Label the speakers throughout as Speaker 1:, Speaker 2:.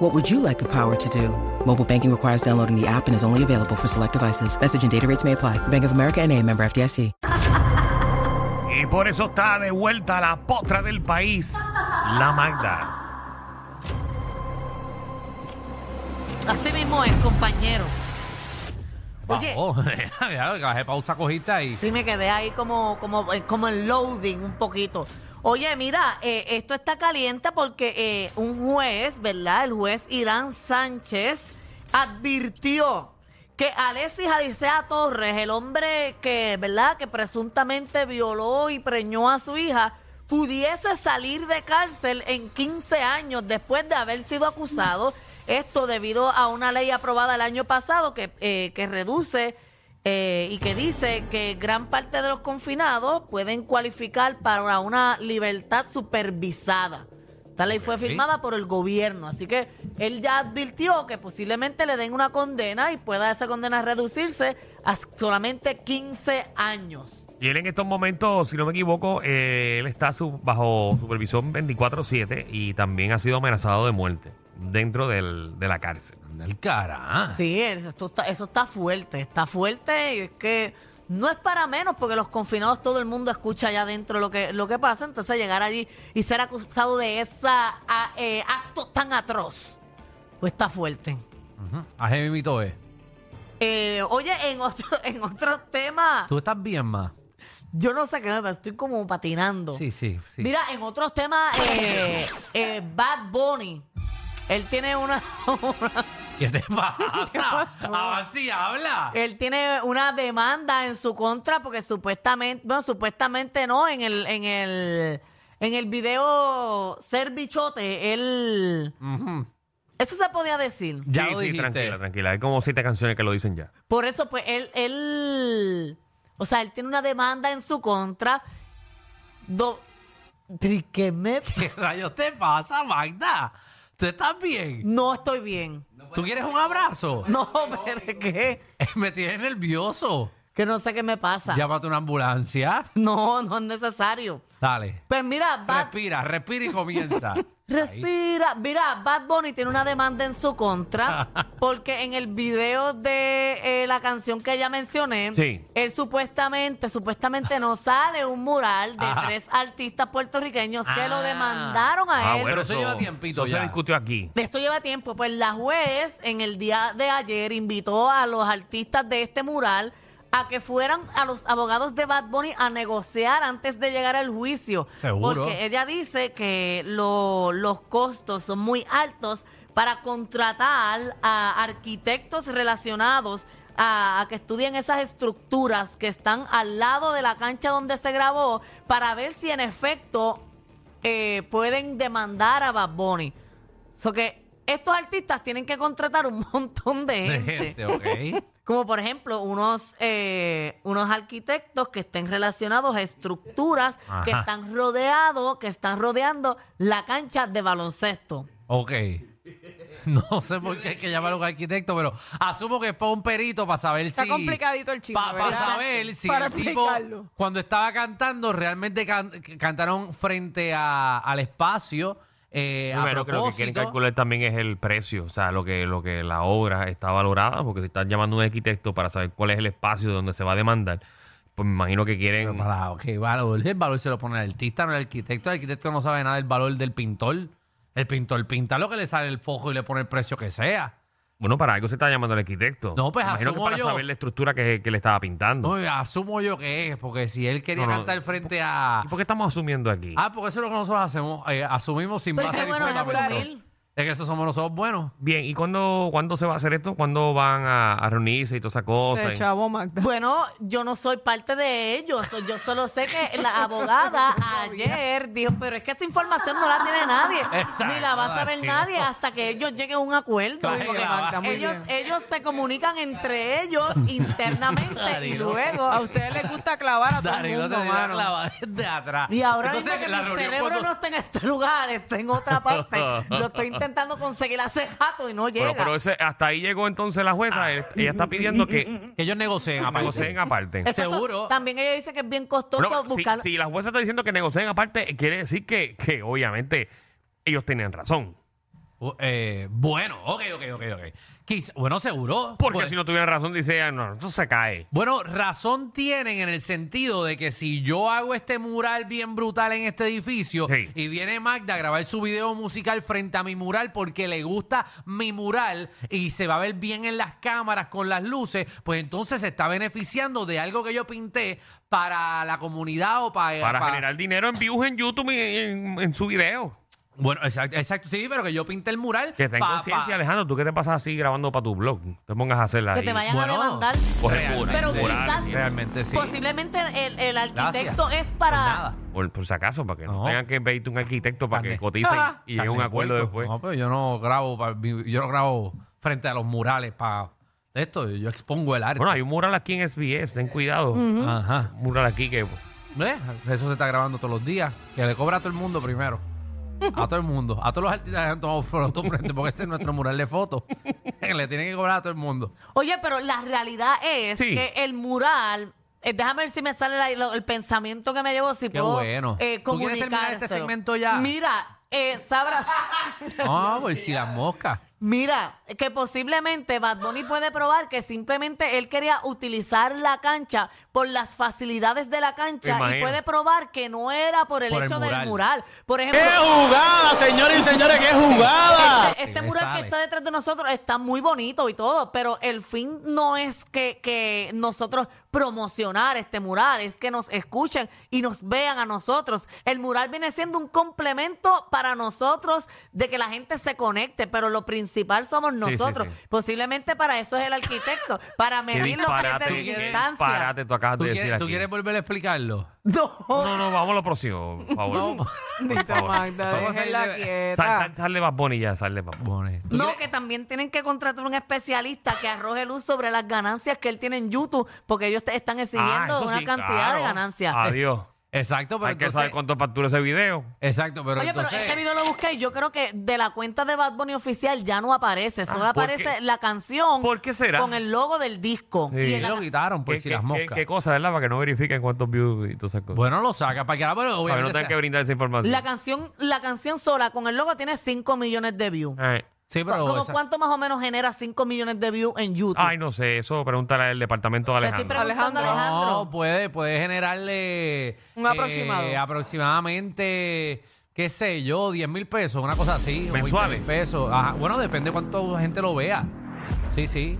Speaker 1: What would you like the power to do? Mobile banking requires downloading the app and is only available for select devices. Message and data rates may apply. Bank of America and a member FDIC.
Speaker 2: Y por eso está de vuelta la potra del país, la Magda.
Speaker 3: Así mismo es, compañero. Oye.
Speaker 4: Vamos, ya, bajé pausa cogita y
Speaker 3: Sí me quedé ahí como, como, eh, como en loading un poquito. Oye, mira, eh, esto está caliente porque eh, un juez, ¿verdad? El juez Irán Sánchez advirtió que Alexis Alicea Torres, el hombre que, ¿verdad? Que presuntamente violó y preñó a su hija, pudiese salir de cárcel en 15 años después de haber sido acusado. Esto debido a una ley aprobada el año pasado que, eh, que reduce eh, y que dice que gran parte de los confinados pueden cualificar para una libertad supervisada. Esta ley fue firmada por el gobierno, así que él ya advirtió que posiblemente le den una condena y pueda esa condena reducirse a solamente 15 años.
Speaker 2: Y él en estos momentos, si no me equivoco, eh, él está su- bajo supervisión 24-7 y también ha sido amenazado de muerte dentro del- de la cárcel.
Speaker 4: anda el cara. ¿ah?
Speaker 3: Sí, eso, esto está, eso está fuerte, está fuerte y es que no es para menos porque los confinados todo el mundo escucha allá adentro lo que, lo que pasa, entonces llegar allí y ser acusado de ese acto tan atroz, pues está fuerte.
Speaker 4: Ujú. Ajé mimito es.
Speaker 3: Eh, oye, en otro, en otro tema,
Speaker 4: Tú estás bien más.
Speaker 3: yo no sé qué, pero estoy como patinando.
Speaker 4: Sí, sí, sí.
Speaker 3: Mira, en otros temas, eh, eh, Bad Bunny, él tiene una,
Speaker 4: ¿Qué te pasa? Ahora sí habla.
Speaker 3: Él tiene una demanda en su contra porque supuestamente, bueno, supuestamente no, en el, en el, en el video ser bichote, él,
Speaker 4: Ujú.
Speaker 3: eso se podía decir.
Speaker 4: Ya
Speaker 2: sí,
Speaker 4: lo
Speaker 2: sí,
Speaker 4: dijiste.
Speaker 2: tranquila, tranquila. Hay como siete canciones que lo dicen ya.
Speaker 3: Por eso, pues, él, él, o sea, él tiene una demanda en su contra. Do, Pero, ¿qué me-
Speaker 4: ¿Qué rayos te pasa, Magda? ¿Tú estás bien?
Speaker 3: No estoy bien.
Speaker 4: ¿Tú quieres un abrazo?
Speaker 3: No, pero ¿qué?
Speaker 4: Me tienes nervioso.
Speaker 3: Que no sé qué me pasa.
Speaker 4: Llámate una ambulancia.
Speaker 3: No, no es necesario.
Speaker 4: Dale.
Speaker 3: Pues mira, va...
Speaker 4: Respira, respira y comienza.
Speaker 3: Respira. Mira, Bad Bunny tiene una demanda en su contra porque en el video de eh, la canción que ya mencioné,
Speaker 2: Sí.
Speaker 3: él supuestamente, supuestamente no sale un mural de
Speaker 4: Ajá.
Speaker 3: tres artistas puertorriqueños que lo
Speaker 4: Ah.
Speaker 3: demandaron a
Speaker 2: Ah,
Speaker 3: él.
Speaker 4: bueno. eso lleva tiempito
Speaker 2: eso
Speaker 4: ya.
Speaker 2: se discutió aquí.
Speaker 3: De eso lleva tiempo. Pues la juez en el día de ayer invitó a los artistas de este mural a que fueran a los abogados de Bad Bunny a negociar antes de llegar al juicio.
Speaker 4: Seguro.
Speaker 3: Porque ella dice que lo- los costos son muy altos para contratar a arquitectos relacionados a, a que estudien esas estructuras que están al lado de la cancha donde se grabó para ver si en efecto eh, pueden demandar a Bad Bunny. So que estos artistas tienen que contratar un montón de
Speaker 4: De
Speaker 3: gente.
Speaker 4: gente, ¿ok?
Speaker 3: Como por ejemplo, unos, eh, unos arquitectos que estén relacionados a estructuras
Speaker 4: Ajá.
Speaker 3: que están rodeados, que están rodeando la cancha de baloncesto.
Speaker 4: Ok. No sé por qué hay que llamar a un arquitecto, pero asumo que es para un perito para saber
Speaker 5: Está
Speaker 4: si.
Speaker 5: complicadito el chisme,
Speaker 4: Para
Speaker 5: ¿verdad?
Speaker 4: saber si
Speaker 5: Para
Speaker 4: el tipo,
Speaker 5: explicarlo.
Speaker 4: cuando estaba cantando, realmente can- cantaron frente a- al espacio. Eh, a
Speaker 2: Pero que lo que quieren
Speaker 4: propósito.
Speaker 2: calcular también es el precio, o sea, lo que, lo que la obra está valorada, porque si están llamando a un arquitecto para saber cuál es el espacio donde se va a demandar, pues me imagino que
Speaker 4: Pero
Speaker 2: quieren...
Speaker 4: para, ok, valor, el valor se lo pone el artista, no el arquitecto. El arquitecto no sabe nada del valor del pintor. El pintor pinta lo que le sale el fojo y le pone el precio que sea.
Speaker 2: Bueno, para algo se está llamando al arquitecto.
Speaker 4: No, pues,
Speaker 2: Me imagino que
Speaker 4: asumo
Speaker 2: para
Speaker 4: yo.
Speaker 2: saber la estructura que, que le estaba pintando.
Speaker 4: No, asumo yo que es, porque si él quería
Speaker 2: Mm. No, no.
Speaker 4: cantar frente a.
Speaker 2: ¿Y por qué estamos asumiendo aquí?
Speaker 4: Ah, porque eso es lo que nosotros hacemos, eh, asumimos sin
Speaker 3: Pero
Speaker 4: base
Speaker 3: qué
Speaker 4: de
Speaker 3: bueno es
Speaker 4: fundamento.
Speaker 3: asumir.
Speaker 4: Es que esos somos nosotros buenos.
Speaker 2: Bien, ¿y cuándo, cuándo se va a hacer esto? ¿Cuándo van a, a reunirse y toda esa cosa?
Speaker 5: Se chavo Magda.
Speaker 3: Bueno, yo no soy parte de ellos. Yo solo sé que la abogada ayer dijo, pero es que esa información no la tiene nadie.
Speaker 4: Exacto,
Speaker 3: ni la va a saber
Speaker 4: así.
Speaker 3: nadie hasta que ellos lleguen a un acuerdo.
Speaker 4: Ay,
Speaker 3: Porque
Speaker 4: Magda,
Speaker 5: muy
Speaker 3: ellos,
Speaker 5: bien.
Speaker 3: ellos se comunican entre ellos internamente y
Speaker 4: Darilo.
Speaker 3: luego.
Speaker 5: A ustedes les gusta clavar a todo el
Speaker 4: Darilo
Speaker 5: mundo,
Speaker 4: te dio la
Speaker 5: mano.
Speaker 4: clavada desde atrás.
Speaker 3: Y ahora
Speaker 4: Entonces,
Speaker 3: mismo que
Speaker 4: la
Speaker 3: mi
Speaker 4: reunión
Speaker 3: cerebro
Speaker 4: cuando-
Speaker 3: no está en este lugar, está en otra parte. Lo estoy intentando conseguir hace rato y no llega.
Speaker 2: Pero, pero ese, hasta ahí llegó entonces la jueza.
Speaker 4: Ah.
Speaker 2: Él- Ella está pidiendo que
Speaker 4: Que ellos negocien, mm, aparte.
Speaker 2: negocien aparte.
Speaker 3: Eso to-
Speaker 4: seguro.
Speaker 3: También ella dice que es bien costoso
Speaker 2: Bueno, si,
Speaker 3: buscar.
Speaker 2: si la jueza está diciendo que negocien aparte, quiere decir que, que obviamente ellos tenían razón.
Speaker 4: Uh, eh, bueno, ok, ok, ok, ok. Quiz- bueno, seguro.
Speaker 2: Porque
Speaker 4: Pues-
Speaker 2: si no tuvieran razón, dice, ah, no, esto se cae.
Speaker 4: Bueno, razón tienen en el sentido de que si yo hago este mural bien brutal en este edificio
Speaker 2: Sí.
Speaker 4: y viene Magda a grabar su video musical frente a mi mural porque le gusta mi mural y se va a ver bien en las cámaras con las luces, pues entonces se está beneficiando de algo que yo pinté para la comunidad o para...
Speaker 2: Para
Speaker 4: para-
Speaker 2: generar dinero en views en YouTube y en, en su video.
Speaker 4: Bueno, exacto, exacto, sí, pero que yo pinté el mural.
Speaker 2: Que ten
Speaker 4: pa- pa-
Speaker 2: conciencia, Alejandro, tú que te pasas así grabando para tu blog. Te pongas a hacerla
Speaker 3: Que
Speaker 2: ahí.
Speaker 3: te vayan
Speaker 4: Bueno,
Speaker 3: a demandar.
Speaker 2: Coger
Speaker 4: Realmente,
Speaker 2: mural,
Speaker 3: Pero quizás-
Speaker 4: Realmente sí.
Speaker 3: Posiblemente el, el arquitecto
Speaker 4: Gracias.
Speaker 3: es
Speaker 4: Pues
Speaker 3: para.
Speaker 4: nada.
Speaker 2: Por, por si acaso, para que no,
Speaker 4: No.
Speaker 2: tengan que pedirte un arquitecto para que
Speaker 4: Carne.
Speaker 2: coticen
Speaker 4: Ah.
Speaker 2: y lleguen a un
Speaker 4: Carne
Speaker 2: acuerdo
Speaker 4: puerco.
Speaker 2: después.
Speaker 4: No, pero yo no grabo, pa- yo no grabo frente a los murales para esto, yo expongo el arte.
Speaker 2: Bueno, hay un mural aquí en SBS, ten cuidado.
Speaker 3: Mm.
Speaker 4: Ajá.
Speaker 2: Un mural aquí que...
Speaker 4: ¿Ves? Eso se está grabando todos los días. Que le cobra a todo el mundo primero. A todo el mundo. A todos los artistas que han tomado fotos frente, porque ese es nuestro mural de fotos. Que le tienen que cobrar a todo el mundo.
Speaker 3: Oye, pero la realidad es
Speaker 2: Sí.
Speaker 3: que el mural. eh, déjame ver si me sale la- lo- el pensamiento que me llevo si
Speaker 4: Qué
Speaker 3: puedo
Speaker 4: bueno.
Speaker 3: eh,
Speaker 4: ¿Tú quieres terminar este
Speaker 3: comunicárselo.
Speaker 4: segmento ya?
Speaker 3: Mira, eh, sabrá.
Speaker 4: No, pues si las moscas.
Speaker 3: Mira, que posiblemente Bad Bunny puede probar que simplemente él quería utilizar la cancha por las facilidades de la
Speaker 2: Me
Speaker 3: cancha y
Speaker 2: imagino.
Speaker 3: puede probar que no era por el
Speaker 4: Por el
Speaker 3: hecho del
Speaker 4: mural.
Speaker 3: mural. Por ejemplo,
Speaker 6: jugada, señores y señores! ¡Qué jugada!
Speaker 3: este, este
Speaker 4: Sí, me
Speaker 3: mural que
Speaker 4: sale.
Speaker 3: está detrás de nosotros está muy bonito y todo, pero el fin no es que, que nosotros promocionar este mural, es que nos escuchen y nos vean a nosotros. El mural viene siendo un complemento para nosotros de que la gente se conecte, pero lo principal somos
Speaker 2: sí,
Speaker 3: nosotros.
Speaker 2: sí.
Speaker 3: Posiblemente para eso es el arquitecto, para
Speaker 2: Qué
Speaker 3: medir los
Speaker 2: disparate,
Speaker 3: metros de
Speaker 2: qué
Speaker 3: distancia.
Speaker 2: disparate tú acabas
Speaker 4: ¿Tú
Speaker 2: de decir
Speaker 4: quieres, tú
Speaker 2: aquí.
Speaker 4: quieres volver a explicarlo?
Speaker 3: No.
Speaker 2: No, no, vamos a lo próximo, por favor.
Speaker 4: No.
Speaker 2: Por
Speaker 5: Dita
Speaker 2: favor.
Speaker 5: Magda,
Speaker 4: Vamos a
Speaker 5: déjenla
Speaker 4: salir de-
Speaker 5: quieta.
Speaker 2: Sal, sal, sal de Bad Bunny ya, sal de Bad Bunny.
Speaker 4: Pone. ¿Tú
Speaker 3: No,
Speaker 4: quieres-
Speaker 3: que también tienen que contratar un especialista que arroje luz sobre las ganancias que él tiene en YouTube, porque ellos te están
Speaker 2: Ah,
Speaker 3: exigiendo
Speaker 2: eso
Speaker 3: una
Speaker 2: sí,
Speaker 3: cantidad
Speaker 2: claro.
Speaker 3: de ganancias.
Speaker 2: Adiós.
Speaker 4: Exacto, pero
Speaker 2: Hay que
Speaker 4: entonces...
Speaker 2: saber cuánto factura ese video.
Speaker 4: Exacto, pero
Speaker 3: Oye, pero
Speaker 4: entonces...
Speaker 3: este video lo busqué y yo creo que de la cuenta de Bad Bunny oficial ya no aparece, solo
Speaker 2: Ah, ¿por qué?
Speaker 3: aparece la canción
Speaker 2: ¿Por qué será?
Speaker 3: con el logo del disco.
Speaker 2: Sí.
Speaker 3: Y
Speaker 4: Y
Speaker 3: en la-
Speaker 4: lo quitaron por
Speaker 2: ¿Qué-
Speaker 4: Pues si
Speaker 2: qué-
Speaker 4: las
Speaker 2: qué-
Speaker 4: moscas.
Speaker 2: Qué cosa, ¿verdad? Para que no verifiquen cuántos views y todas esas cosas.
Speaker 4: Bueno, lo saca para que ahora, pero
Speaker 2: para que no
Speaker 4: obviamente.
Speaker 2: tengan que
Speaker 4: se-
Speaker 2: brindar esa información.
Speaker 3: la canción, la canción sola con el logo tiene 5 millones de views.
Speaker 2: Ay.
Speaker 4: Sí, pero.
Speaker 3: ¿Cómo
Speaker 4: esa-
Speaker 3: cuánto más o menos genera 5 millones de views en YouTube?
Speaker 2: Ay, no sé, eso pregúntale al departamento de
Speaker 3: Te estoy
Speaker 2: Alejandro.
Speaker 3: preguntando,
Speaker 5: Alejandro.
Speaker 3: Alejandro.
Speaker 4: No, puede, puede generarle. eh,
Speaker 5: Un aproximado.
Speaker 4: aproximadamente, qué sé yo, 10 mil pesos, una cosa así. o
Speaker 2: Mensuales.
Speaker 4: 20.000 pesos. Ajá. Bueno, depende cuánto gente lo vea. Sí, sí.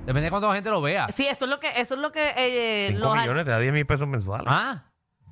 Speaker 4: Depende de cuánto gente lo vea.
Speaker 3: Sí, eso es lo que, eso es lo que eh,
Speaker 2: 5
Speaker 3: los-
Speaker 2: millones te da 10 mil pesos mensuales.
Speaker 4: Ah.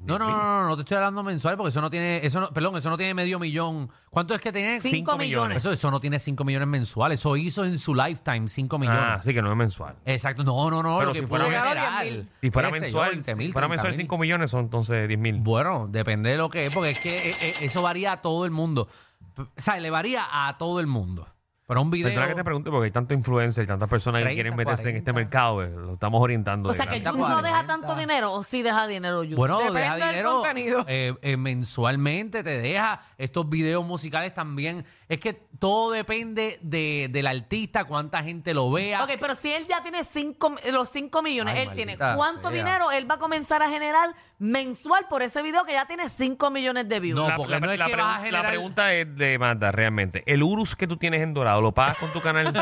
Speaker 4: No, no, no, no, no, no te estoy hablando mensual porque eso no tiene, eso no, perdón, eso no tiene medio millón. ¿Cuánto es que tiene?
Speaker 3: Cinco Cinco millones. millones.
Speaker 4: Eso, eso no tiene 5 millones mensuales. Eso hizo en su lifetime 5 millones.
Speaker 2: Ah, sí que no es mensual.
Speaker 4: Exacto, no, no, no.
Speaker 2: Pero
Speaker 4: lo que
Speaker 2: si
Speaker 4: puede
Speaker 2: fuera
Speaker 4: generar,
Speaker 5: mensual,
Speaker 2: Si fuera
Speaker 4: qué sé yo,
Speaker 2: mensual,
Speaker 4: 20.000,
Speaker 2: si fuera mensual
Speaker 4: 30.000.
Speaker 2: 5 millones son entonces 10 mil.
Speaker 4: Bueno, depende de lo que es, porque es que eh, eh, eso varía a todo el mundo. P- O sea, le varía a todo el mundo. Pero un video.
Speaker 2: Perdona que te pregunte porque hay tanto influencer y tantas personas que
Speaker 4: 30,
Speaker 2: quieren meterse en este
Speaker 4: 40.
Speaker 2: mercado. eh, Lo estamos orientando.
Speaker 3: O
Speaker 2: de
Speaker 3: sea que
Speaker 2: verdad.
Speaker 4: Cuarenta,
Speaker 3: YouTube no deja tanto
Speaker 4: cuarenta.
Speaker 3: dinero o sí deja dinero YouTube.
Speaker 4: Bueno,
Speaker 5: Depende
Speaker 4: deja
Speaker 5: del
Speaker 4: dinero
Speaker 5: contenido.
Speaker 4: eh, eh, mensualmente, te deja estos videos musicales también. Es que todo depende de, del artista, cuánta gente lo vea.
Speaker 3: Ok, pero si él ya tiene cinco, eh, los 5 millones,
Speaker 4: Ay,
Speaker 3: él tiene
Speaker 4: maldita
Speaker 3: cuánto
Speaker 4: sea.
Speaker 3: dinero él va a comenzar a generar mensual por ese video que ya tiene 5 millones de views.
Speaker 4: No,
Speaker 2: La,
Speaker 4: porque
Speaker 2: la-
Speaker 4: no es
Speaker 2: la
Speaker 4: que
Speaker 2: pregun-
Speaker 4: vas a
Speaker 2: la
Speaker 4: generar-
Speaker 2: pregunta es de Manda, realmente. ¿El URUS que tú tienes en Dorado lo pagas con tu canal?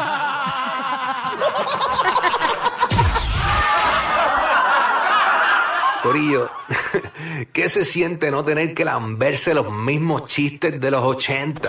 Speaker 7: Corillo, ¿qué se siente no tener que lamberse los mismos chistes de los 80?